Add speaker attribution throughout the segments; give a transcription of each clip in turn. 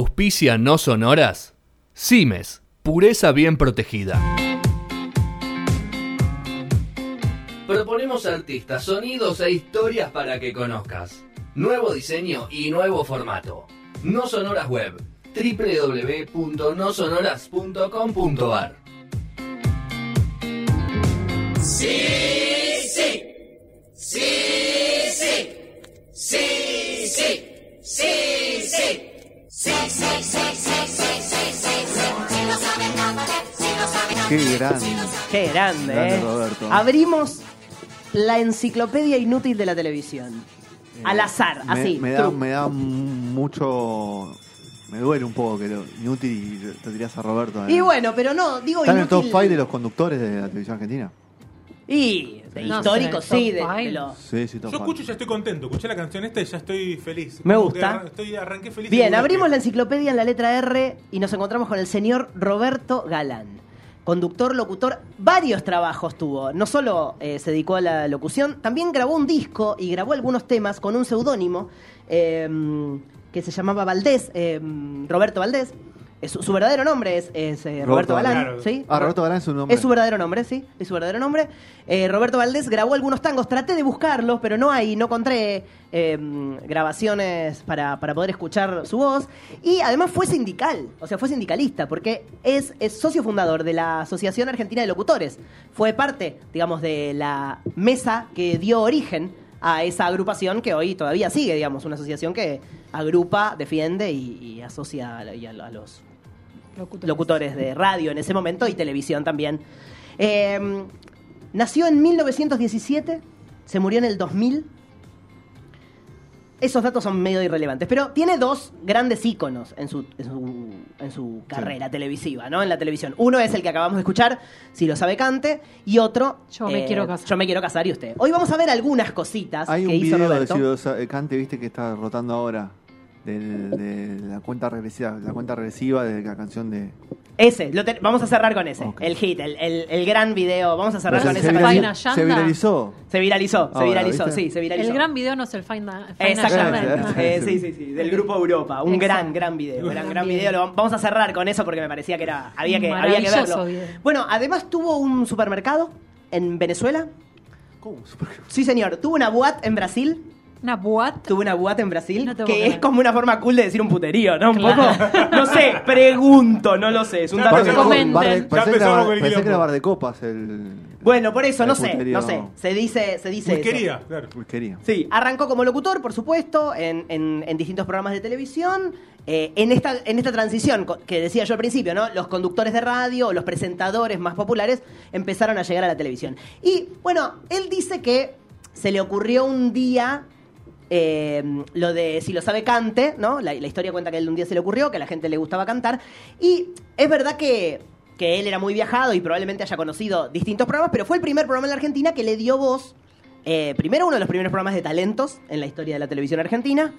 Speaker 1: Auspicia no sonoras. Cimes, pureza bien protegida. Proponemos artistas, sonidos e historias para que conozcas. Nuevo diseño y nuevo formato. No Sonoras Web. www.nosonoras.com.ar
Speaker 2: Qué grande.
Speaker 3: Qué grande,
Speaker 2: Grande,
Speaker 3: eh.
Speaker 2: Roberto.
Speaker 3: Abrimos la enciclopedia inútil de la televisión. Al azar,
Speaker 2: Eh, Me-
Speaker 3: así.
Speaker 2: Me da,
Speaker 3: tru.
Speaker 2: me da mucho. Me duele un poco que lo inútil y lo- lo tirás a Roberto.
Speaker 3: Y
Speaker 2: eh.
Speaker 3: bueno, pero no, digo
Speaker 2: ¿Están en el top
Speaker 3: inútil.
Speaker 2: 5 de los conductores de la televisión argentina?
Speaker 3: Y de
Speaker 2: No
Speaker 3: histórico,
Speaker 4: sé,
Speaker 3: sí, de,
Speaker 4: top
Speaker 3: de
Speaker 4: five.
Speaker 3: lo-
Speaker 2: Sí, sí, top
Speaker 5: Yo
Speaker 2: 5.
Speaker 5: escucho y ya estoy contento. Escuché la canción esta y ya estoy feliz.
Speaker 3: Me
Speaker 5: Como
Speaker 3: gusta.
Speaker 5: que arran- Estoy, arranqué feliz.
Speaker 3: Bien,
Speaker 5: seguro
Speaker 3: abrimos
Speaker 5: que-
Speaker 3: la enciclopedia en la letra R y nos encontramos con el señor Roberto Galán. Conductor, locutor, varios trabajos tuvo. No solo eh, se dedicó a la locución, también grabó un disco y grabó algunos temas con un seudónimo eh, que se llamaba Valdés, eh, Roberto Valdés. Eh, su, su verdadero nombre es, es, eh, Roberto,
Speaker 2: Roberto
Speaker 3: Galán.
Speaker 5: Galán.
Speaker 3: ¿sí?
Speaker 2: Ah, Roberto Galán es su nombre.
Speaker 3: Es su verdadero nombre, sí, es su verdadero nombre. Eh, Roberto Valdés grabó algunos tangos, traté de buscarlos, pero no hay, no encontré eh, grabaciones para, para poder escuchar su voz. Y además fue sindical, o sea, fue sindicalista, porque es, es socio fundador de la Asociación Argentina de Locutores. Fue parte, digamos, de la mesa que dio origen a esa agrupación que hoy todavía sigue, digamos, una asociación que agrupa, defiende y, y asocia a- y a- a los
Speaker 4: Locutores.
Speaker 3: locutores de radio en ese momento y televisión también. Eh, nació en 1917, se murió en el 2000. Esos datos son medio irrelevantes, pero tiene dos grandes íconos en su, en su, en su carrera televisiva, ¿no? En la televisión. Uno es el que acabamos de escuchar, si lo sabe Cante, y otro... eh,
Speaker 4: Yo me quiero casar.
Speaker 3: Yo me quiero casar y usted. Hoy vamos a ver algunas cositas
Speaker 2: Hay
Speaker 3: que
Speaker 2: un
Speaker 3: hizo
Speaker 2: video de
Speaker 3: Roberto.
Speaker 2: Ciro Sa- eh, Cante, viste, que está rotando ahora. del- de la cuenta regresiva, la cuenta regresiva de la canción de.
Speaker 3: Ese, lo ten- vamos a cerrar con ese.
Speaker 2: Ok.
Speaker 3: El hit, el, el- el gran video. Vamos a cerrar
Speaker 2: Se-
Speaker 3: con
Speaker 2: se
Speaker 3: esa
Speaker 2: virali-
Speaker 3: canción.
Speaker 4: Vaina
Speaker 2: Se
Speaker 4: Yanda.
Speaker 2: viralizó.
Speaker 3: Se viralizó, se
Speaker 2: Ahora,
Speaker 3: viralizó,
Speaker 2: ¿viste?
Speaker 3: sí, se viralizó.
Speaker 4: El gran video no es el Final, final Countdown.
Speaker 3: Exactamente.
Speaker 2: Exactamente.
Speaker 3: Eh, sí, sí, sí, del grupo Europa, un
Speaker 4: Exacto.
Speaker 3: gran, gran video,
Speaker 4: Un
Speaker 3: gran,
Speaker 4: gran
Speaker 3: gran
Speaker 4: video.
Speaker 3: video. Lo vam- vamos a cerrar con eso porque me parecía que era había que había que
Speaker 4: Maravilloso
Speaker 3: verlo.
Speaker 4: video.
Speaker 3: Bueno, además tuvo un supermercado en Venezuela.
Speaker 2: ¿Cómo? ¿Por qué?
Speaker 3: Sí, señor, tuvo una boat en Brasil.
Speaker 4: Una boat.
Speaker 3: Tuve una buata en Brasil,
Speaker 4: No te puedo
Speaker 3: que es
Speaker 4: creer.
Speaker 3: como una forma cool de decir un puterío, ¿no? Un
Speaker 4: Claro.
Speaker 3: poco. No sé, pregunto, no lo sé, es un
Speaker 5: Ya
Speaker 3: dato
Speaker 2: Bar de
Speaker 3: que
Speaker 2: co-
Speaker 4: comenten.
Speaker 2: bar de-
Speaker 4: Ya
Speaker 2: pensé que era
Speaker 5: empezamos
Speaker 2: bar-
Speaker 5: con el
Speaker 2: pensé que era
Speaker 5: quilombo.
Speaker 2: bar de copas el.
Speaker 3: Bueno, por eso,
Speaker 2: el
Speaker 3: no sé,
Speaker 2: puterío.
Speaker 3: no sé. Se dice, se dice. eso.
Speaker 5: Pulquería, claro.
Speaker 2: Pulquería.
Speaker 3: Sí, arrancó como locutor, por supuesto, en, en- en distintos programas de televisión. Eh, en, esta, en esta transición co- que decía yo al principio, ¿no? Los conductores de radio, los presentadores más populares empezaron a llegar a la televisión. Y bueno, él dice que se le ocurrió un día eh, lo de si lo sabe cante, ¿no? La, la historia cuenta que él un día se le ocurrió, que a la gente le gustaba cantar. Y es verdad que, que él era muy viajado y probablemente haya conocido distintos programas, pero fue el primer programa en la Argentina que le dio voz. eh, primero, uno de los primeros programas de talentos en la historia de la televisión argentina.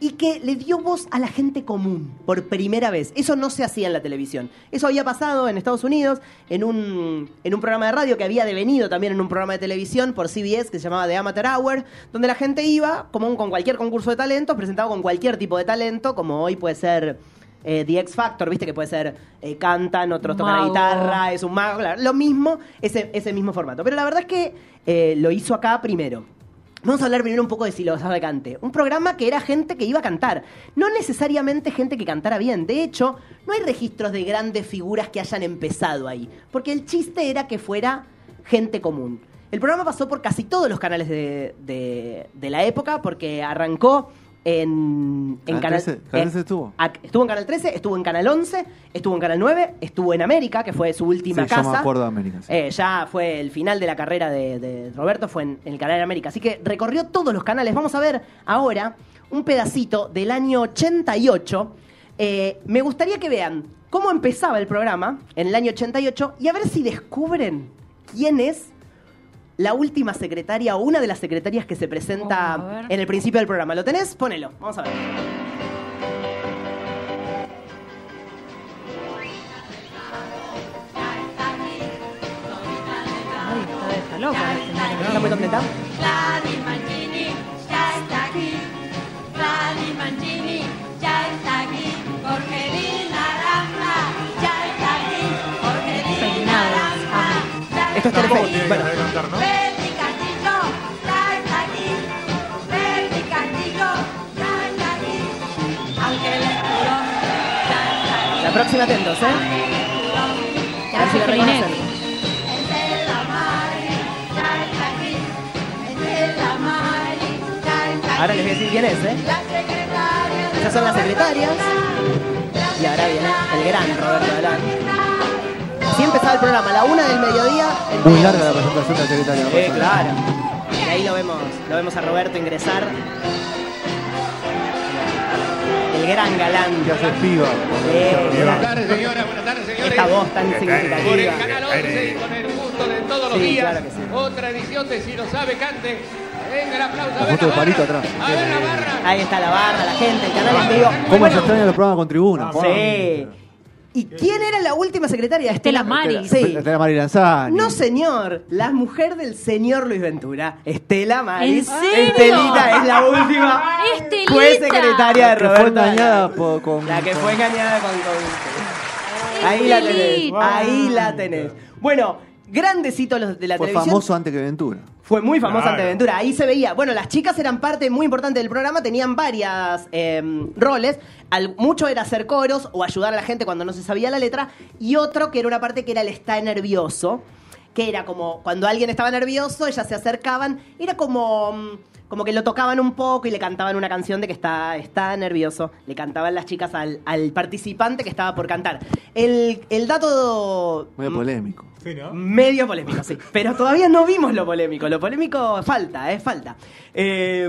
Speaker 3: Y que le dio voz a la gente común por primera vez. Eso no se hacía en la televisión. Eso había pasado en Estados Unidos, en un, en un programa de radio que había devenido también en un programa de televisión por CBS que se llamaba The Amateur Hour, donde la gente iba como un- con cualquier concurso de talentos, presentado con cualquier tipo de talento, como hoy puede ser eh, The X Factor, viste que puede ser eh, cantan, otros tocan la
Speaker 4: Mago.
Speaker 3: guitarra, es un mago, claro, lo mismo, ese, ese mismo formato. Pero la verdad es que eh, lo hizo acá primero. Vamos a hablar primero un poco de Si lo sabe cante. Un programa que era gente que iba a cantar. No necesariamente gente que cantara bien. De hecho, no hay registros de grandes figuras que hayan empezado ahí. Porque el chiste era que fuera gente común. El programa pasó por casi todos los canales de, de- de la época porque arrancó en, en
Speaker 2: Canal 13, Canal 13 estuvo.
Speaker 3: Ac- Estuvo en Canal 13, estuvo en Canal 11, estuvo en Canal 9, estuvo en América, que fue su última
Speaker 2: Sí, yo
Speaker 3: casa.
Speaker 2: me acuerdo de América, sí.
Speaker 3: Eh, ya fue el final de la carrera de, de Roberto, fue en, en el Canal América. Así que recorrió todos los canales. Vamos a ver ahora un pedacito del año 88. Eh, me gustaría que vean cómo empezaba el programa en el año 88 y a ver si descubren quién es la última secretaria o una de las secretarias que se
Speaker 4: Oh, a
Speaker 3: presenta
Speaker 4: ver.
Speaker 3: en el principio del programa. ¿Lo tenés? Ponelo. Vamos a ver.
Speaker 4: Ay, está de está loco la señora.
Speaker 3: ¿Está muy completa?
Speaker 6: Clary Mangini ya está aquí. Clary Mangini ya está aquí.
Speaker 3: Esto es
Speaker 5: Tampoco
Speaker 3: perfecto.
Speaker 5: tiene
Speaker 3: Bueno,
Speaker 5: que saber cantar, ¿no?
Speaker 6: Vete Castillo, trae a ti. Vete Castillo, trae a ti. Aunque el escurón, trae a
Speaker 3: la próxima atentos, ¿eh?
Speaker 6: ti.
Speaker 3: A ver si lo reconocen.
Speaker 6: Es de la Mari, trae a ti. Es de la Mari, trae a ti.
Speaker 3: Ahora les voy a decir quién es, ¿eh?
Speaker 6: La secretaria de
Speaker 3: Esas son las
Speaker 6: Roberto
Speaker 3: secretarias.
Speaker 6: Alán.
Speaker 3: Y ahora viene el gran Roberto Alán. Así empezaba el programa, a la una del mediodía. el
Speaker 2: Muy
Speaker 3: día
Speaker 2: larga la
Speaker 3: once.
Speaker 2: presentación del secretario.
Speaker 3: Eh, claro. Y ahí lo vemos, lo vemos a Roberto ingresar. El gran galán.
Speaker 2: Que hace piba.
Speaker 3: Eh,
Speaker 7: Buenas tardes, señoras, buenas tardes, señores.
Speaker 3: Esta voz tan
Speaker 7: Por el
Speaker 3: significativa.
Speaker 7: canal 11 y con el gusto de todos los
Speaker 3: Sí,
Speaker 7: días.
Speaker 3: claro que sí.
Speaker 7: Otra edición de Si lo sabe, cante. Venga el aplauso.
Speaker 2: La
Speaker 7: A ver
Speaker 2: foto
Speaker 7: la
Speaker 2: de Palito
Speaker 7: barra.
Speaker 2: atrás.
Speaker 7: A ver la barra.
Speaker 3: Ahí está la barra, la gente, el canal en vivo.
Speaker 2: ¿Cómo se extrañan los programas con tribuna? Juan?
Speaker 3: Sí. ¿Y quién era la última secretaria? este
Speaker 4: Estela Mari.
Speaker 3: Sí.
Speaker 2: Está la Mari Lanzani.
Speaker 3: No, señor. La mujer del señor Luis Ventura, Estela Mari.
Speaker 4: ¿En serio?
Speaker 3: Estelita es la última.
Speaker 4: Estelita.
Speaker 3: Fue secretaria de
Speaker 2: La que fue
Speaker 3: Roberto. Alán.
Speaker 2: engañada po- con-
Speaker 3: La que fue engañada con. con- Ahí la tenés.
Speaker 4: Estelita.
Speaker 3: Ahí la tenés. Bueno, grandecito los de la
Speaker 2: Fue
Speaker 3: televisión.
Speaker 2: famoso antes que Ventura.
Speaker 3: Fue muy famosa
Speaker 5: Claro.
Speaker 3: Anteventura, ahí se veía. Bueno, las chicas eran parte muy importante del programa, tenían varias eh, roles. Al- mucho era hacer coros o ayudar a la gente cuando no se sabía la letra. Y otro que era una parte que era el está nervioso, que era como cuando alguien estaba nervioso, ellas se acercaban, era como... mm, Como que lo tocaban un poco y le cantaban una canción de que está, está nervioso. Le cantaban las chicas al, al participante que estaba por cantar. El, el dato
Speaker 2: Muy polémico.
Speaker 5: Sí, ¿no?
Speaker 3: Medio polémico, sí. Pero todavía no vimos lo polémico. Lo polémico falta, es falta. Eh,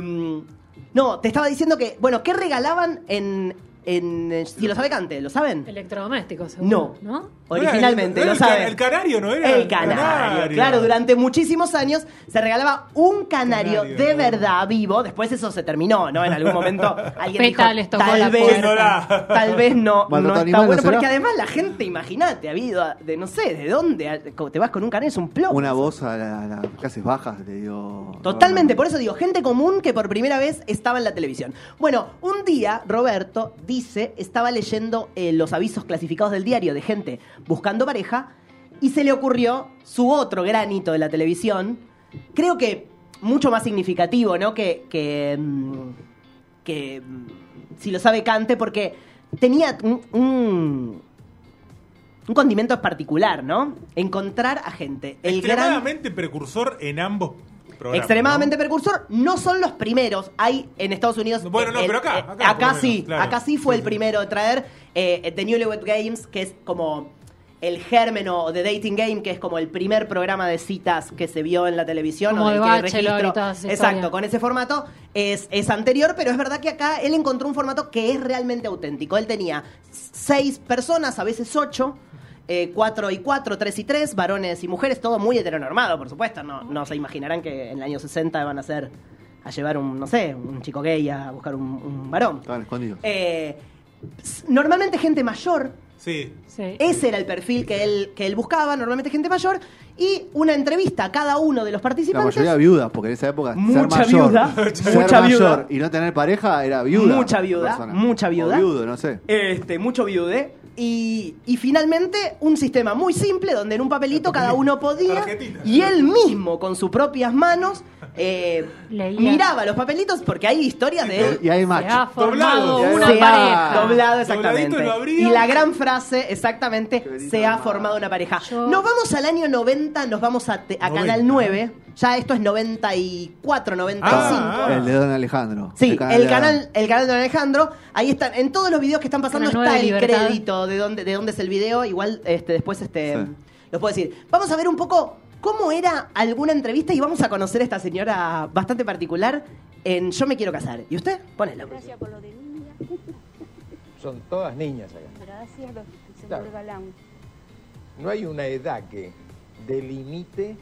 Speaker 3: no, te estaba diciendo que, bueno, ¿qué regalaban en, en, eh, Si lo sabe Cante? ¿Lo saben?
Speaker 4: Electrodomésticos,
Speaker 3: No.
Speaker 4: seguro. ¿No?
Speaker 3: Originalmente,
Speaker 5: No era
Speaker 3: lo
Speaker 5: el ca-
Speaker 3: saben.
Speaker 5: el canario, ¿no era?
Speaker 3: El canario.
Speaker 5: Canario.
Speaker 3: Claro, durante muchísimos años se regalaba un canario,
Speaker 5: Canario,
Speaker 3: de
Speaker 5: ¿no?
Speaker 3: verdad vivo. Después eso se terminó, ¿no? En algún momento alguien dijo,
Speaker 4: Petales tocó
Speaker 3: tal
Speaker 4: la
Speaker 3: vez,
Speaker 5: puerta".
Speaker 3: tal vez no, no
Speaker 2: Maltrato
Speaker 3: está
Speaker 2: animal, ¿no
Speaker 3: bueno.
Speaker 2: será?
Speaker 3: Porque además la gente, imagínate, ha habido de no sé, de dónde, a- te vas con un canario, es un plomo.
Speaker 2: Una voz a la- a las clases bajas le dio.
Speaker 3: pues, Totalmente, por eso digo, gente común que por primera vez estaba en la televisión. Bueno, un día Roberto dice, estaba leyendo eh, los avisos clasificados del diario de gente buscando pareja y se le ocurrió su otro gran hito de la televisión, creo que mucho más significativo, ¿no? Que, que, mm, que mm, si lo sabe Cante, porque tenía un- un, un condimento particular, ¿no? Encontrar a gente. El gran...
Speaker 5: Extremadamente precursor en ambos programas.
Speaker 3: Extremadamente
Speaker 5: ¿no?
Speaker 3: precursor, no son los primeros. Hay en Estados Unidos.
Speaker 5: Bueno, no,
Speaker 3: el-
Speaker 5: pero acá,
Speaker 3: eh,
Speaker 5: acá por lo
Speaker 3: sí,
Speaker 5: menos, claro.
Speaker 3: acá sí fue
Speaker 5: Sí,
Speaker 3: el
Speaker 5: sí.
Speaker 3: primero de traer eh, The Newlywed Games, que es como el germen o The Dating Game, que es como el primer programa de citas que se vio en la televisión.
Speaker 4: Como
Speaker 3: o del
Speaker 4: de
Speaker 3: que hay
Speaker 4: Bachelor
Speaker 3: registro.
Speaker 4: y todas esas
Speaker 3: Exacto,
Speaker 4: historias.
Speaker 3: con ese formato es, es anterior, pero es verdad que acá él encontró un formato que es realmente auténtico. Él tenía seis personas, a veces ocho. eh, cuatro y cuatro, tres y tres, varones y mujeres, todo muy heteronormado, por supuesto. No, no se imaginarán que en el año 60 van a ser a llevar un, no sé, un chico gay a buscar un, un varón.
Speaker 2: Estaban escondidos.
Speaker 3: Eh, s- normalmente gente mayor,
Speaker 5: Sí.
Speaker 4: Sí.
Speaker 3: ese era el perfil que él, que él buscaba, normalmente gente mayor, y una entrevista a cada uno de los
Speaker 2: La
Speaker 3: participantes.
Speaker 2: mayoría viudas, porque en esa época
Speaker 3: Mucha
Speaker 2: ser mayor,
Speaker 3: viuda,
Speaker 2: ser
Speaker 3: mucha
Speaker 2: mayor
Speaker 3: viuda.
Speaker 2: y no tener pareja era viuda.
Speaker 3: Mucha viuda, mucha viuda.
Speaker 2: O viudo, no sé.
Speaker 3: Este, mucho viude. Y, y finalmente un sistema muy simple donde en un papelito cada uno podía
Speaker 5: Tarjetita.
Speaker 3: y él mismo con sus propias manos eh,
Speaker 4: Leía.
Speaker 3: miraba los papelitos porque hay historias de él
Speaker 2: Y hay
Speaker 4: Se ha
Speaker 2: macho.
Speaker 4: formado
Speaker 5: Doblado.
Speaker 4: una
Speaker 3: se ha
Speaker 4: pareja.
Speaker 3: doblado exactamente.
Speaker 5: Dobladito lo abría.
Speaker 3: Y la gran frase, exactamente,
Speaker 2: Qué bonito,
Speaker 3: se ha
Speaker 2: mamá.
Speaker 3: formado una pareja.
Speaker 4: Yo-
Speaker 3: Nos vamos al año 90, nos vamos a, te- a
Speaker 5: 90.
Speaker 3: Canal 9. Ya esto es 94, 95.
Speaker 5: Ah,
Speaker 2: El de Don Alejandro.
Speaker 3: Sí, el
Speaker 2: de-
Speaker 3: canal, el canal de Don Alejandro, ahí están, en todos los videos que están pasando
Speaker 4: Canal
Speaker 3: está
Speaker 4: nueve,
Speaker 3: el
Speaker 4: Libertad.
Speaker 3: crédito de dónde, de dónde es el video, igual este, después este,
Speaker 2: Sí.
Speaker 3: los puedo decir. Vamos a ver un poco cómo era alguna entrevista y vamos a conocer a esta señora bastante particular en Yo me quiero casar. ¿Y usted? Ponelo.
Speaker 8: Gracias por lo de niña.
Speaker 9: Son todas niñas acá.
Speaker 8: Gracias, lo- seguro
Speaker 9: Claro.
Speaker 8: galán.
Speaker 9: No hay una edad que delimite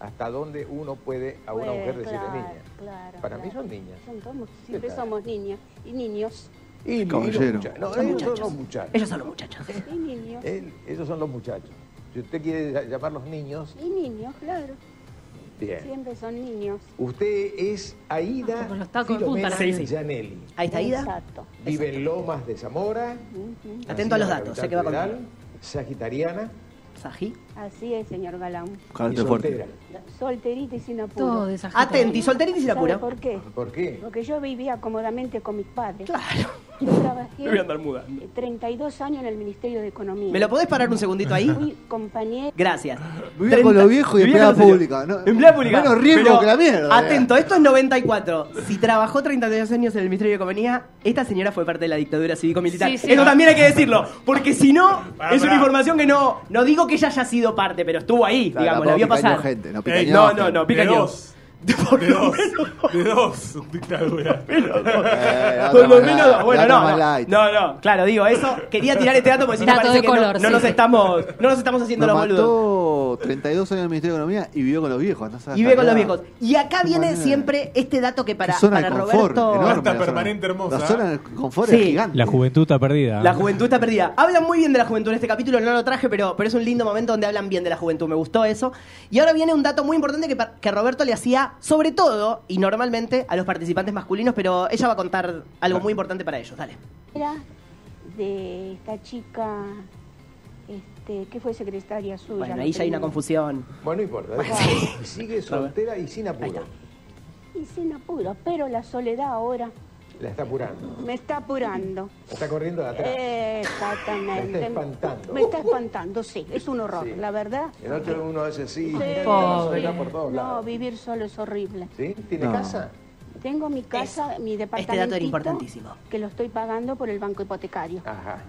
Speaker 9: hasta dónde uno puede a una
Speaker 8: Pues,
Speaker 9: mujer decirle
Speaker 8: claro,
Speaker 9: niña.
Speaker 8: claro,
Speaker 9: Para mí
Speaker 8: claro.
Speaker 9: son niñas.
Speaker 8: Son todos- siempre
Speaker 9: tal?
Speaker 8: somos niñas y niños.
Speaker 9: Y, y los
Speaker 2: Caballero.
Speaker 9: muchachos. No,
Speaker 3: Son
Speaker 9: ellos
Speaker 3: muchachos.
Speaker 9: son los muchachos.
Speaker 3: Ellos son los muchachos.
Speaker 8: Y niños.
Speaker 9: Él- esos son los muchachos. Si usted quiere ll- llamarlos niños,
Speaker 8: Y niños, claro.
Speaker 9: bien.
Speaker 8: Siempre son niños.
Speaker 9: Usted es
Speaker 4: Ah,
Speaker 9: Aida
Speaker 4: con los tacos de
Speaker 9: Filomena
Speaker 4: punta, la gente.
Speaker 9: Gianelli.
Speaker 3: Ahí está Ida.
Speaker 8: Exacto.
Speaker 9: Vive en Lomas de Zamora.
Speaker 8: Ujú.
Speaker 3: Atento a los
Speaker 9: nacida en la
Speaker 3: datos,
Speaker 9: capital
Speaker 3: sé que va a
Speaker 9: federal,
Speaker 3: contar.
Speaker 9: Sagitariana.
Speaker 3: Saji.
Speaker 8: Así es, señor Galán.
Speaker 2: Carácter
Speaker 9: y soltera.
Speaker 2: fuerte.
Speaker 8: Solterita y sin apuro.
Speaker 4: Todo esa gente.
Speaker 3: Atenti, solterita y sin
Speaker 8: ¿Sabe
Speaker 3: apuro.
Speaker 8: por qué?
Speaker 9: ¿Por qué?
Speaker 8: Porque yo vivía cómodamente con mis padres.
Speaker 3: Claro.
Speaker 8: Yo trabajé
Speaker 3: mudando.
Speaker 8: eh, 32 años en el Ministerio de Economía.
Speaker 3: ¿Me lo podés parar un segundito ahí?
Speaker 8: Fui compañero.
Speaker 3: Gracias.
Speaker 2: Vivía con los viejos y empleada pública. ¿no?
Speaker 3: Empleada pública.
Speaker 2: Menos riesgo
Speaker 3: Pero,
Speaker 2: que la mierda.
Speaker 3: Atento, esto es 94. Si trabajó 32 años en el Ministerio de Economía, esta señora fue parte de la dictadura cívico-militar.
Speaker 4: Sí, sí.
Speaker 3: Eso también hay que decirlo, porque si no,
Speaker 5: Pará,
Speaker 3: es una
Speaker 5: pará.
Speaker 3: información que no. No digo que ella haya sido parte, pero estuvo ahí,
Speaker 2: Claro,
Speaker 3: digamos, la
Speaker 2: tampoco
Speaker 3: vio
Speaker 2: picañó
Speaker 3: pasar.
Speaker 2: gente, no Eh,
Speaker 5: Ey,
Speaker 2: picañó
Speaker 3: Eh, no,
Speaker 2: gente.
Speaker 3: no, no,
Speaker 5: De
Speaker 3: picañó.
Speaker 5: dos.
Speaker 3: Por
Speaker 5: De
Speaker 3: lo
Speaker 5: dos.
Speaker 3: menos.
Speaker 5: De dos. Dictadura.
Speaker 2: Eh, la
Speaker 3: Por
Speaker 2: otra
Speaker 3: lo
Speaker 2: más
Speaker 3: menos,
Speaker 2: light,
Speaker 3: bueno,
Speaker 2: la otra
Speaker 3: no,
Speaker 2: más
Speaker 3: no,
Speaker 2: light.
Speaker 3: no, no, claro, digo eso. Quería tirar este dato porque si no
Speaker 4: Dato
Speaker 3: parece
Speaker 4: de
Speaker 3: que
Speaker 4: color,
Speaker 3: no, no
Speaker 4: sí.
Speaker 3: nos estamos, no nos estamos haciendo
Speaker 2: Nos
Speaker 3: los boludos.
Speaker 2: mató 32 años en el Ministerio de Economía y vivió con los viejos. ¿no?
Speaker 3: Y ve con los viejos. Y acá viene
Speaker 2: manera.
Speaker 3: siempre este dato que para,
Speaker 2: Qué zona
Speaker 3: para
Speaker 2: de confort,
Speaker 3: Roberto.
Speaker 2: enorme.
Speaker 5: Planta
Speaker 2: la zona.
Speaker 5: permanente hermosa.
Speaker 2: La zona de confort
Speaker 3: Sí.
Speaker 2: es gigante.
Speaker 10: La juventud está perdida.
Speaker 3: La juventud está perdida. Hablan muy bien de la juventud en este capítulo, no lo traje, pero, pero es un lindo momento donde hablan bien de la juventud, me gustó eso. Y ahora viene un dato muy importante que, pa- que Roberto le hacía, sobre todo y normalmente, a los participantes masculinos, pero ella va a contar algo muy importante para ellos. Dale.
Speaker 8: Era de esta chica este, que fue secretaria suya.
Speaker 3: Bueno,
Speaker 8: la
Speaker 3: ahí ya hay una
Speaker 8: primera.
Speaker 3: confusión.
Speaker 9: Bueno, no importa. Sigue soltera y sin apuro.
Speaker 8: Y sin apuro, pero la soledad ahora
Speaker 9: La está apurando.
Speaker 8: me está apurando.
Speaker 9: La está corriendo de atrás.
Speaker 8: Eh.
Speaker 9: Me
Speaker 8: Exactamente.
Speaker 9: está espantando.
Speaker 8: Me está espantando, sí. Es un horror,
Speaker 9: Sí.
Speaker 8: la verdad.
Speaker 9: El otro uno hace así.
Speaker 8: Sí.
Speaker 9: mira,
Speaker 4: Pobre.
Speaker 9: la soledad por todos
Speaker 8: No,
Speaker 9: lados.
Speaker 8: vivir solo es horrible.
Speaker 9: ¿Sí? ¿Tiene
Speaker 2: No.
Speaker 9: casa?
Speaker 8: Tengo mi casa, mi departamento.
Speaker 3: este importantísimo.
Speaker 8: Que lo estoy pagando por el banco hipotecario.
Speaker 9: Ajá.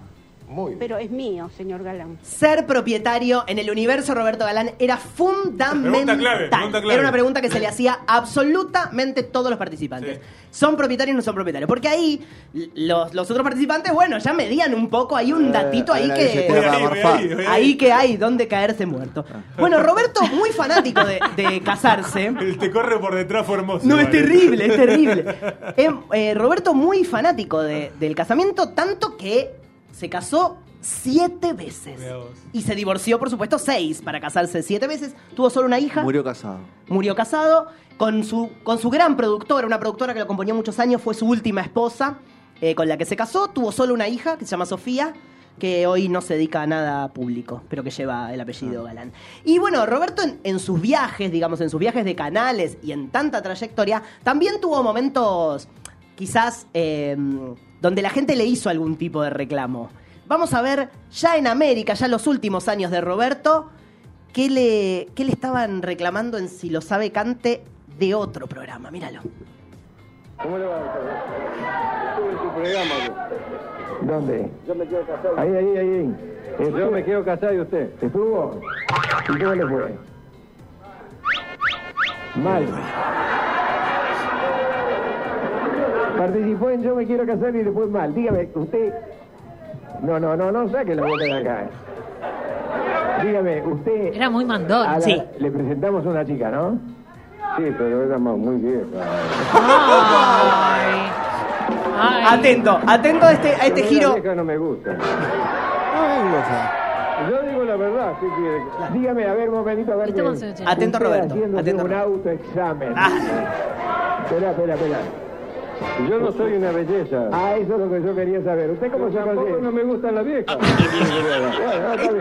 Speaker 9: Muy bien.
Speaker 8: Pero es mío, señor Galán.
Speaker 3: Ser propietario en el universo Roberto Galán era fundamental.
Speaker 5: Pregunta clave, pregunta clave.
Speaker 3: Era una pregunta que se le hacía a absolutamente todos los participantes.
Speaker 5: Sí.
Speaker 3: ¿Son propietarios o no son propietarios? Porque ahí l- los, los otros participantes, bueno, ya medían un poco, hay un
Speaker 2: Eh,
Speaker 3: datito ahí
Speaker 2: la
Speaker 3: que...
Speaker 2: billetera para Ah.
Speaker 5: Voy ahí,
Speaker 2: morfar.
Speaker 5: voy ahí.
Speaker 3: Ahí que hay donde caerse muerto. Bueno, Roberto, muy fanático de, de casarse.
Speaker 5: El te corre por detrás fue hermoso.
Speaker 3: No, es
Speaker 5: igual. ¿eh?
Speaker 3: terrible, es terrible. Em, eh, Roberto, muy fanático de- del casamiento, tanto que se casó siete veces.
Speaker 5: Mirá vos.
Speaker 3: Y se divorció, por supuesto, seis para casarse siete veces. Tuvo solo una hija.
Speaker 2: Murió casado.
Speaker 3: Murió casado con su, con su gran productora, una productora que lo acompañó muchos años, fue su última esposa eh, con la que se casó. Tuvo solo una hija que se llama Sofía, que hoy no se dedica a nada público, pero que lleva el apellido Galán. Y bueno, Roberto en, en sus viajes, digamos, en sus viajes de canales y en tanta trayectoria, también tuvo momentos quizás eh, donde la gente le hizo algún tipo de reclamo. Vamos a ver ya en América, ya en los últimos años de Roberto, ¿Qué le, qué le estaban reclamando en Si lo sabe Cante de otro programa? Míralo.
Speaker 7: ¿Cómo le va, doctor? Estuve en su programa.
Speaker 9: ¿Dónde?
Speaker 7: Yo me quiero casar.
Speaker 9: Ahí, ahí, ahí.
Speaker 7: Yo me quiero casar y usted.
Speaker 9: ¿Estuvo? ¿Y cómo le fue? Mal. Participó en Yo me quiero casar y después mal. Dígame, usted... No, no, no, no saque la boca de acá. Dígame, usted...
Speaker 4: Era muy
Speaker 9: a
Speaker 4: mandón.
Speaker 9: la-
Speaker 3: sí.
Speaker 9: Le presentamos una chica, ¿no? Sí, pero era muy vieja.
Speaker 4: Ay. Ay.
Speaker 3: Atento, atento a este, a este giro.
Speaker 9: no me gusta.
Speaker 2: Ay, goza.
Speaker 9: Yo digo la verdad, ¿qué quiere? Dígame, a ver, un momentito, a ver.
Speaker 4: Viste
Speaker 9: qué-
Speaker 4: cómo se oye.
Speaker 3: Atento,
Speaker 9: Usted
Speaker 3: Roberto,
Speaker 9: haciéndose
Speaker 3: atento,
Speaker 9: un
Speaker 3: Roberto.
Speaker 9: autoexamen.
Speaker 3: Ah,
Speaker 9: Espera, espera, espera.
Speaker 7: Yo no soy una belleza.
Speaker 9: Ah, eso es lo que yo quería saber. ¿Usted cómo se
Speaker 7: Tampoco
Speaker 9: conoce?
Speaker 7: no me gustan las viejas.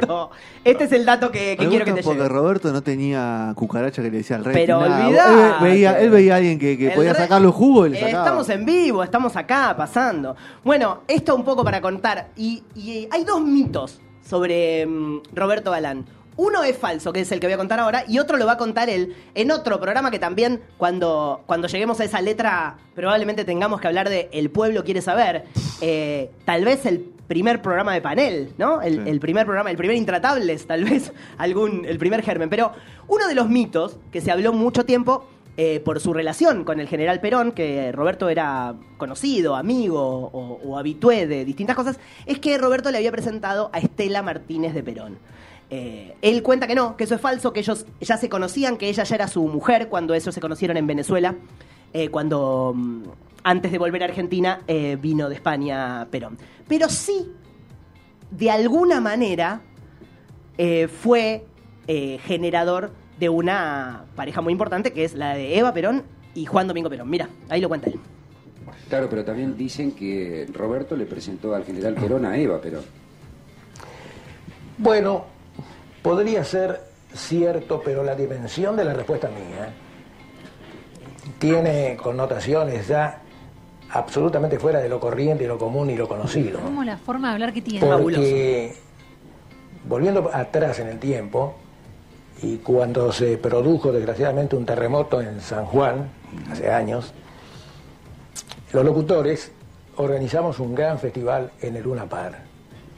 Speaker 3: esto. Este es el dato que, que
Speaker 2: Me
Speaker 3: quiero que
Speaker 2: gusta
Speaker 3: te
Speaker 2: porque
Speaker 3: llegue.
Speaker 2: Roberto no tenía cucaracha que le decía al rey.
Speaker 3: Pero
Speaker 2: nada.
Speaker 3: olvidate.
Speaker 2: Él veía, él veía a alguien que, que
Speaker 3: El
Speaker 2: podía
Speaker 3: re-
Speaker 2: sacar los jugos y le
Speaker 3: Eh,
Speaker 2: sacaba.
Speaker 3: Estamos en vivo, estamos acá pasando. Bueno, esto un poco para contar. Y, y, eh, hay dos mitos sobre mm, Roberto Galán. Uno es falso, que es el que voy a contar ahora, y otro lo va a contar él en otro programa que también, cuando, cuando lleguemos a esa letra, probablemente tengamos que hablar de El pueblo quiere saber. Eh, tal vez el primer programa de panel, ¿no? El,
Speaker 2: Sí.
Speaker 3: el primer programa, el primer Intratables, tal vez, algún, el primer germen. Pero uno de los mitos que se habló mucho tiempo eh, por su relación con el general Perón, que Roberto era conocido, amigo o, o habitué de distintas cosas, es que Roberto le había presentado a Estela Martínez de Perón. Eh, él cuenta que no, que eso es falso, que ellos ya se conocían, que ella ya era su mujer cuando ellos se conocieron en Venezuela, eh, cuando mm, antes de volver a Argentina eh, vino de España Perón. Pero sí, de alguna manera, eh, fue eh, generador de una pareja muy importante que es la de Eva Perón y Juan Domingo Perón. Mira, ahí lo cuenta él.
Speaker 7: Claro, pero también dicen que Roberto le presentó al general Perón a Eva Perón.
Speaker 9: Bueno, Podría ser cierto, pero la dimensión de la respuesta mía tiene connotaciones ya absolutamente fuera de lo corriente, y lo común y lo conocido.
Speaker 4: ¿Cómo la forma de hablar que tiene?
Speaker 9: Porque, volviendo atrás en el tiempo, y cuando se produjo desgraciadamente un terremoto en San Juan, hace años, los locutores organizamos un gran festival en el Luna Par,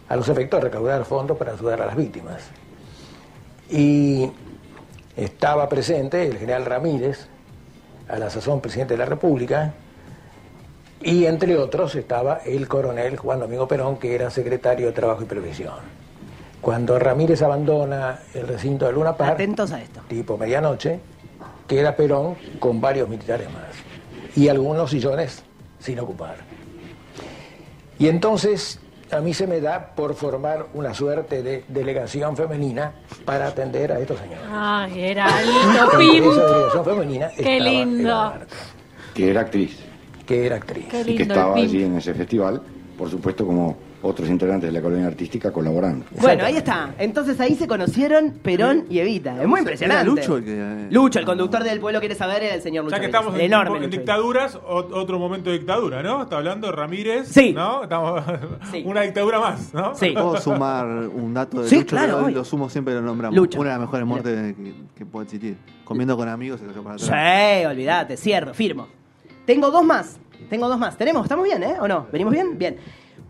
Speaker 9: a los efectos de recaudar fondos para ayudar a las víctimas. Y estaba presente el general Ramírez, a la sazón presidente de la República, y entre otros estaba el coronel Juan Domingo Perón, que era secretario de Trabajo y Previsión. Cuando Ramírez abandona el recinto de Luna Park,
Speaker 3: Atentos a esto.
Speaker 9: tipo medianoche, queda Perón con varios militares más y algunos sillones sin ocupar. Y entonces a mí se me da por formar una suerte de delegación femenina para atender a estos señores.
Speaker 4: Ay, era lindo,
Speaker 9: Entre esa
Speaker 4: Pim.
Speaker 9: delegación femenina
Speaker 4: Qué
Speaker 9: estaba
Speaker 4: lindo.
Speaker 9: Eva Arca,
Speaker 10: que era actriz
Speaker 9: que era actriz.
Speaker 4: Qué
Speaker 10: y que
Speaker 4: lindo el
Speaker 10: estaba
Speaker 4: Pim.
Speaker 10: allí en ese festival, por supuesto como otros integrantes de la colonia artística colaborando.
Speaker 3: Bueno, ahí está. Entonces ahí se conocieron Perón y Evita. Es muy impresionante.
Speaker 2: Era Lucho el que- eh,
Speaker 3: Lucho, el conductor del pueblo quiere saber, era el señor Lucho.
Speaker 5: Ya que
Speaker 3: Vélez.
Speaker 5: estamos
Speaker 3: El
Speaker 5: en,
Speaker 3: enorme
Speaker 5: en
Speaker 3: Lucho Vélez.
Speaker 5: dictaduras, o- otro momento de dictadura, ¿no? Está hablando Ramírez,
Speaker 3: Sí.
Speaker 5: ¿no? Estamos,
Speaker 3: Sí.
Speaker 5: Una dictadura más, ¿no?
Speaker 3: Sí.
Speaker 2: Puedo sumar un dato de
Speaker 3: Sí,
Speaker 2: Lucho,
Speaker 3: claro,
Speaker 2: Lo- lo,
Speaker 3: obvio.
Speaker 2: sumo siempre lo nombramos.
Speaker 3: Lucho.
Speaker 2: Una de las mejores muertes que, que puede existir. Comiendo con amigos se cayó para atrás.
Speaker 3: Sí, olvídate, cierro, firmo. Tengo dos más, tengo dos más. Tenemos, estamos bien, ¿eh? ¿O no? ¿Venimos bien? Bien.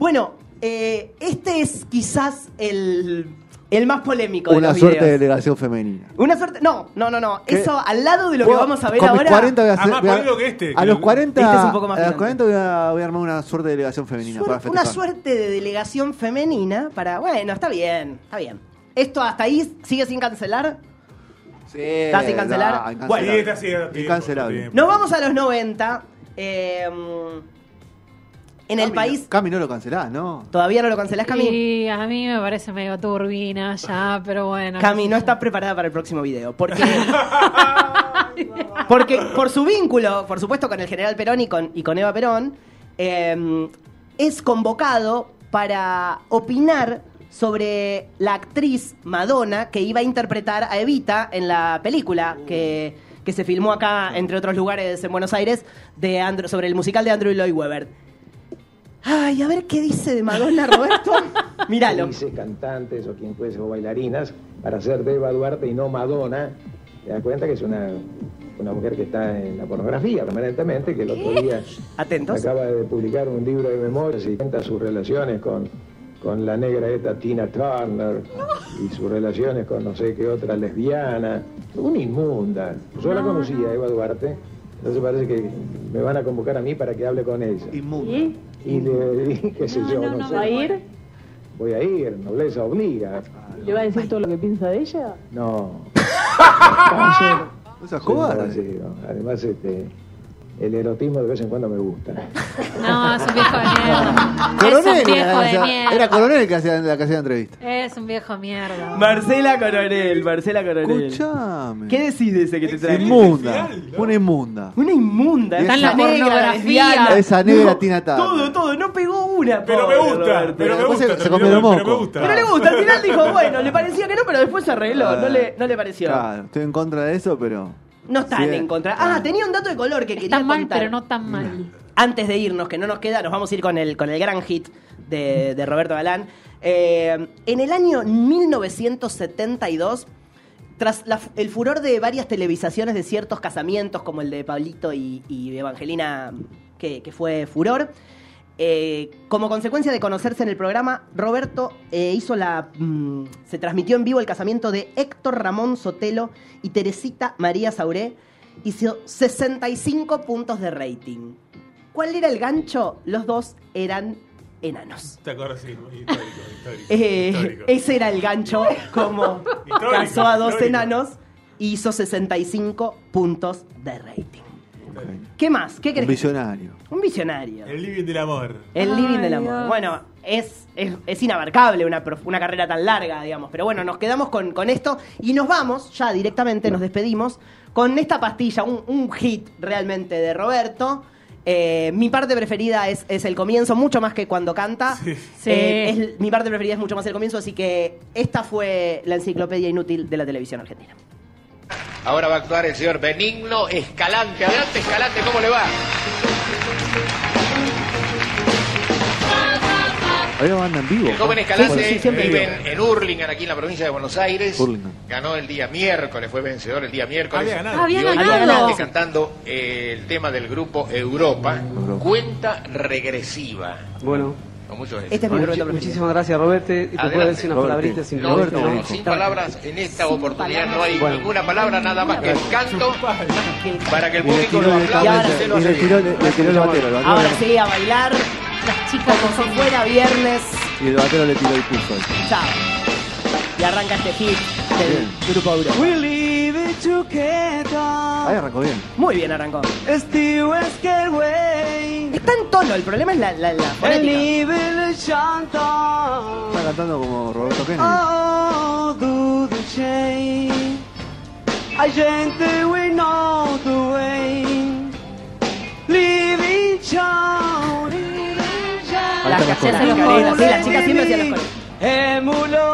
Speaker 3: Bueno, eh, este es quizás el, el más polémico de
Speaker 2: Una
Speaker 3: los
Speaker 2: suerte de
Speaker 3: videos.
Speaker 2: delegación femenina.
Speaker 3: Una suerte. No, no, no, no.
Speaker 2: ¿Qué?
Speaker 3: Eso al lado de lo que
Speaker 2: Puedo-
Speaker 3: vamos a ver
Speaker 2: con mis
Speaker 3: ahora.
Speaker 2: 40 voy a
Speaker 5: Ah,
Speaker 2: hacer-
Speaker 5: más
Speaker 2: voy a-
Speaker 5: polémico que este,
Speaker 2: a
Speaker 5: creo
Speaker 2: los
Speaker 5: que-
Speaker 2: 40,
Speaker 3: Este es un poco más
Speaker 2: a los
Speaker 3: picante.
Speaker 2: 40 voy a, voy a armar una suerte de delegación femenina
Speaker 3: Suer-
Speaker 2: para
Speaker 3: una
Speaker 2: festejar.
Speaker 3: suerte de delegación femenina para. Bueno, está bien, está bien. Esto hasta ahí sigue sin cancelar.
Speaker 2: Sí,
Speaker 3: ¿Está sin cancelar?
Speaker 2: da,
Speaker 3: Bueno.
Speaker 2: incancelable.
Speaker 5: Sí, está así, da tiempo,
Speaker 2: Incancelable.
Speaker 5: da tiempo.
Speaker 3: Nos vamos a los 90. eh, en el
Speaker 2: Cami
Speaker 3: país.
Speaker 2: no- Cami no lo cancelás, ¿no?
Speaker 3: Todavía no lo cancelás, Cami.
Speaker 4: Sí, a mí me parece medio turbina ya, pero bueno.
Speaker 3: Cami no está preparada para el próximo video. Porque, porque por su vínculo, por supuesto, con el general Perón y con, y con Eva Perón, eh, es convocado para opinar sobre la actriz Madonna que iba a interpretar a Evita en la película que, que se filmó acá, entre otros lugares, en Buenos Aires, de Andrew- sobre el musical de Andrew Lloyd Webber. Ay, a ver qué dice de Madonna, Roberto. Míralo.
Speaker 9: Dice cantantes o quien fuese o bailarinas para ser de Eva Duarte y no Madonna. Te das cuenta que es una, una mujer que está en la pornografía permanentemente, que el otro día
Speaker 3: Atentos.
Speaker 9: acaba de publicar un libro de memorias y cuenta sus relaciones con, con la negra esta Tina Turner y sus relaciones con no sé qué otra lesbiana. Una inmunda. Yo la conocía, Eva Duarte. Entonces parece que me van a convocar a mí para que hable con ella.
Speaker 2: Inmundo.
Speaker 8: ¿Sí?
Speaker 9: Y le dije, qué sé yo, no, sé.
Speaker 8: ¿Va a ir?
Speaker 9: Voy a ir, nobleza obliga.
Speaker 8: ¿Le va a decir todo lo que piensa de ella?
Speaker 9: No.
Speaker 2: No seas
Speaker 9: soy un
Speaker 2: cobarde.
Speaker 9: caballero. Además, este, el erotismo de vez en cuando me gusta.
Speaker 4: No, es un viejo de
Speaker 3: Ah,
Speaker 4: mierda. es un
Speaker 2: Coronel,
Speaker 4: viejo
Speaker 2: o
Speaker 4: de
Speaker 2: sea,
Speaker 4: mierda.
Speaker 2: era coronel el que hacía la que hacía la entrevista.
Speaker 4: Es un viejo de mierda.
Speaker 3: Marcela Coronel, Marcela Coronel.
Speaker 2: Escuchame.
Speaker 3: ¿Qué decís de ese que te trae?
Speaker 2: inmunda.
Speaker 5: Excelente final,
Speaker 2: Una inmunda.
Speaker 3: Una inmunda.
Speaker 2: Está en
Speaker 3: esa
Speaker 2: la
Speaker 4: pornografía.
Speaker 3: lesbiana.
Speaker 2: Esa negra Tina Turner.
Speaker 3: Todo, todo. No pegó una.
Speaker 5: Pero me
Speaker 3: pobre
Speaker 5: gusta,
Speaker 3: Roberto.
Speaker 5: pero me
Speaker 2: Después
Speaker 5: gusta.
Speaker 2: se- se
Speaker 5: terminó,
Speaker 2: comieron
Speaker 5: Pero me
Speaker 2: moco.
Speaker 5: gusta.
Speaker 3: Pero le gusta. Al final dijo, bueno, le parecía que no, pero después se arregló. No le, no le pareció.
Speaker 2: Claro, estoy en contra de eso, pero.
Speaker 3: No están
Speaker 2: Sí. eh.
Speaker 3: en contra. Ah, tenía un dato de color que quería
Speaker 4: Está mal,
Speaker 3: contar.
Speaker 4: pero no tan mal.
Speaker 3: Antes de irnos, que no nos queda, nos vamos a ir con el, con el gran hit de, de Roberto Galán. Eh, en el año 1972, tras la fu- el furor de varias televisaciones de ciertos casamientos, como el de Pablito y, y Evangelina, que, que fue furor, eh, como consecuencia de conocerse en el programa, Roberto eh, hizo la. mm, se transmitió en vivo el casamiento de Héctor Ramón Sotelo y Teresita María Sauré. Hizo 65 puntos de rating. ¿Cuál era el gancho? Los dos eran enanos.
Speaker 5: Te acuerdas, sí, histórico, histórico,
Speaker 3: Eh,
Speaker 5: histórico.
Speaker 3: ese era el gancho, como
Speaker 5: Histórico,
Speaker 3: casó a dos
Speaker 5: histórico.
Speaker 3: enanos y hizo 65 puntos de rating. ¿Qué más? ¿Qué
Speaker 2: Un
Speaker 3: crees?
Speaker 2: visionario.
Speaker 3: Un visionario.
Speaker 5: El living del amor.
Speaker 3: El living
Speaker 4: Ay,
Speaker 3: del amor.
Speaker 4: Dios.
Speaker 3: Bueno, es, es, es inabarcable una, prof- una carrera tan larga, digamos. Pero bueno, nos quedamos con, con esto y nos vamos, ya directamente nos despedimos, con esta pastilla, un, un hit realmente de Roberto. Eh, mi parte preferida es, es el comienzo, mucho más que cuando canta. Eh,
Speaker 4: Sí.
Speaker 3: es- mi parte preferida es mucho más el comienzo, así que esta fue la enciclopedia inútil de la televisión argentina.
Speaker 7: Ahora va a actuar el señor Benigno Escalante. Adelante, Escalante, ¿cómo le va?
Speaker 2: Había banda en vivo.
Speaker 7: El joven
Speaker 2: ¿no?
Speaker 7: Escalante
Speaker 2: Sí, sí, siempre en
Speaker 7: vive
Speaker 2: vivo.
Speaker 7: en, en Hurlingham, aquí en la provincia de Buenos Aires.
Speaker 2: Hurlingham.
Speaker 7: Ganó el día miércoles, fue vencedor el día miércoles.
Speaker 5: Había ganado.
Speaker 4: Había
Speaker 7: y hoy
Speaker 4: ganado.
Speaker 7: Escalante cantando eh, el tema del grupo Europa,
Speaker 2: Europa.
Speaker 7: cuenta regresiva.
Speaker 11: Bueno,
Speaker 7: Con mucho éxito.
Speaker 3: Este es mi momento
Speaker 11: much-
Speaker 3: preferido.
Speaker 11: muchísimas gracias, Roberto. ¿Y te puedo
Speaker 7: Adelante.
Speaker 11: decir unas
Speaker 2: Roberto.
Speaker 11: palabritas sin
Speaker 7: No,
Speaker 2: Roberto,
Speaker 7: no,
Speaker 11: problema?
Speaker 7: sin palabras en esta oportunidad no hay
Speaker 11: Bueno.
Speaker 7: ninguna palabra, nada más que el canto para que el público lo
Speaker 2: tiró
Speaker 3: Y
Speaker 7: aplaude
Speaker 3: ahora
Speaker 7: y
Speaker 3: sí.
Speaker 7: se lo
Speaker 2: Y le
Speaker 7: hace
Speaker 2: tiró, le, le tiró el batero. el batero
Speaker 3: Ahora
Speaker 2: le-
Speaker 3: sí, a bailar.
Speaker 4: Las chicas
Speaker 3: Como si fuera viernes.
Speaker 2: Y el batero le tiró el pulso.
Speaker 3: Chao. Y arranca este hit del Grupo Europa.
Speaker 11: We live it
Speaker 2: Ahí
Speaker 11: together.
Speaker 2: arrancó bien.
Speaker 3: Muy bien arrancó.
Speaker 11: Steve Escalway.
Speaker 3: Está en tono, el problema es la, la, la
Speaker 11: El
Speaker 3: fonética.
Speaker 11: nivel
Speaker 2: Está
Speaker 11: chanto.
Speaker 2: cantando como Roberto Kennedy.
Speaker 3: Ah.
Speaker 11: Oh, do the change. Hay gente we know the way. Living town, living town.
Speaker 3: Las
Speaker 2: Ahí
Speaker 3: chicas
Speaker 2: están
Speaker 3: hacían
Speaker 2: los
Speaker 3: los coros. Sí, las chicas siempre hacían los coros. Emuló.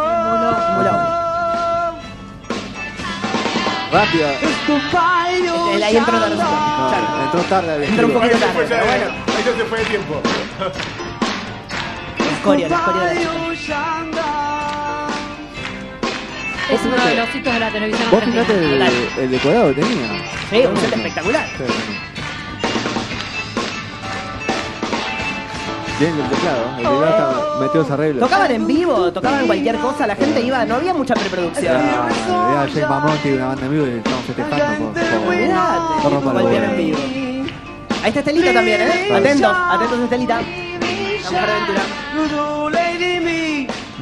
Speaker 2: Rápido.
Speaker 3: El- Ahí entró la respuesta.
Speaker 2: No,
Speaker 3: Claro.
Speaker 2: entró tarde al
Speaker 3: Entró un
Speaker 5: Ahí
Speaker 2: estilo.
Speaker 3: poquito
Speaker 5: se fue,
Speaker 3: tarde,
Speaker 5: ya-
Speaker 3: pero bueno.
Speaker 5: ahí ya se fue el tiempo.
Speaker 3: Las coreos, las coreos de las chicas.
Speaker 4: Es uno de los hitos de la televisión
Speaker 2: Vos fijate
Speaker 4: argentina.
Speaker 2: el,
Speaker 3: Total.
Speaker 2: el decorado que tenía.
Speaker 3: Sí, un set espectacular.
Speaker 2: Sí, sí. Bien, el teclado. El teclado
Speaker 3: Oh.
Speaker 2: está metido en ese arreglo.
Speaker 3: Tocaban en vivo, tocaban cualquier cosa, la gente iba, no había mucha preproducción.
Speaker 2: Ah, mirá, Jake Mamonti, una banda en vivo y le estamos festejando por, por,
Speaker 3: Mirá,
Speaker 2: por romper
Speaker 3: cualquier en vivo. Ahí está Estelita también, ¿eh? Atentos, atentos Estelita. La mujer de aventura.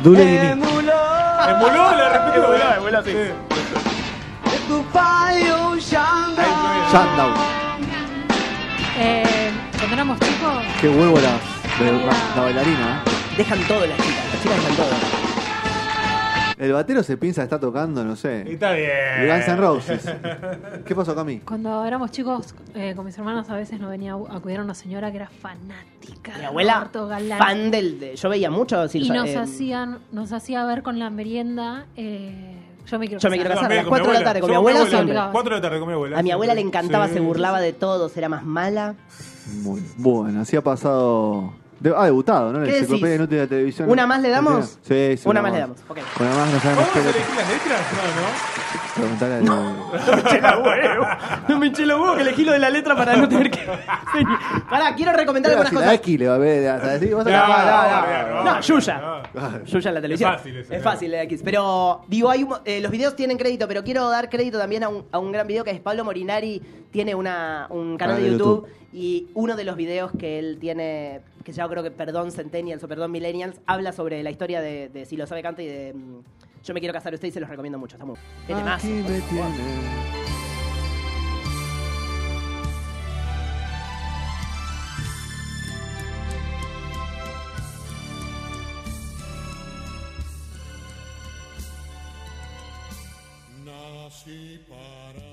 Speaker 2: Dule
Speaker 3: Eh,
Speaker 2: de mí.
Speaker 5: Emuló, le repito. ¿verdad? Sí.
Speaker 2: Shutdown.
Speaker 4: Eh, cuando éramos chicos,
Speaker 2: Qué huevo la, la- la bailarina. ¿eh?
Speaker 3: Dejan todo las chicas, las chicas dejan todo.
Speaker 2: El batero se piensa que está tocando, no
Speaker 5: Y
Speaker 2: sé.
Speaker 5: está bien.
Speaker 2: Guns N' Roses. ¿Qué pasó, Cami?
Speaker 4: cuando éramos chicos, eh, con mis hermanos a veces nos venía a cuidar una señora que era fanática.
Speaker 3: Mi
Speaker 4: de
Speaker 3: abuela,
Speaker 4: Roberto Galán.
Speaker 3: fan del. de- yo veía mucho
Speaker 4: y
Speaker 3: Silsa-
Speaker 4: nos
Speaker 3: eh,
Speaker 4: hacían, nos hacía ver con la merienda. eh, yo me quiero
Speaker 3: Yo me
Speaker 4: casar.
Speaker 3: quiero casar.
Speaker 5: También
Speaker 3: a las
Speaker 5: con mi
Speaker 3: cuatro de la
Speaker 5: abuela.
Speaker 3: tarde, con
Speaker 5: Yo
Speaker 3: mi abuela siempre.
Speaker 5: Cuatro de la tarde con mi abuela.
Speaker 3: A mi abuela le
Speaker 5: siempre.
Speaker 3: encantaba,
Speaker 5: Sí.
Speaker 3: se burlaba de todos, era más mala.
Speaker 2: Muy bueno, así ha pasado. de- ha debutado, ¿no? En
Speaker 3: ¿Qué
Speaker 2: la enciclopedia
Speaker 3: decís?
Speaker 2: inútil de la televisión.
Speaker 3: ¿Una más le damos?
Speaker 2: Sí, sí.
Speaker 3: Una más le damos, ok.
Speaker 2: Una más, no sabemos
Speaker 5: ¿Vamos
Speaker 2: qué
Speaker 5: a
Speaker 2: le
Speaker 5: elegir las letras? No,
Speaker 2: preguntarle al-
Speaker 3: No me hinché los huevos que elegí lo de la letra para no tener que. Pará, quiero recomendar
Speaker 2: Pero
Speaker 3: algunas
Speaker 2: si la
Speaker 3: cosas.
Speaker 2: Aki le va a ver. a- a- sí, vos
Speaker 5: no.
Speaker 2: acá, va, va,
Speaker 5: no,
Speaker 2: va.
Speaker 3: No, Yuya.
Speaker 2: Claro.
Speaker 3: Yuya en la televisión.
Speaker 5: fácil eso,
Speaker 3: Es
Speaker 5: claro.
Speaker 3: fácil, eh, Kiss. Pero, digo, hay un- eh, los videos tienen crédito, pero quiero dar crédito también a un, a un gran video que es Pablo Morinari. Tiene una, un canal Ah, de YouTube, y uno de los videos que él tiene, que ya creo que Perdón Centennials o Perdón Millennials, habla sobre la historia de, de Si lo sabe canta y de mm, Yo me quiero casar a usted y se los recomiendo mucho. Está muy. Es temazo.
Speaker 2: Aquí me tiene.
Speaker 12: Nací para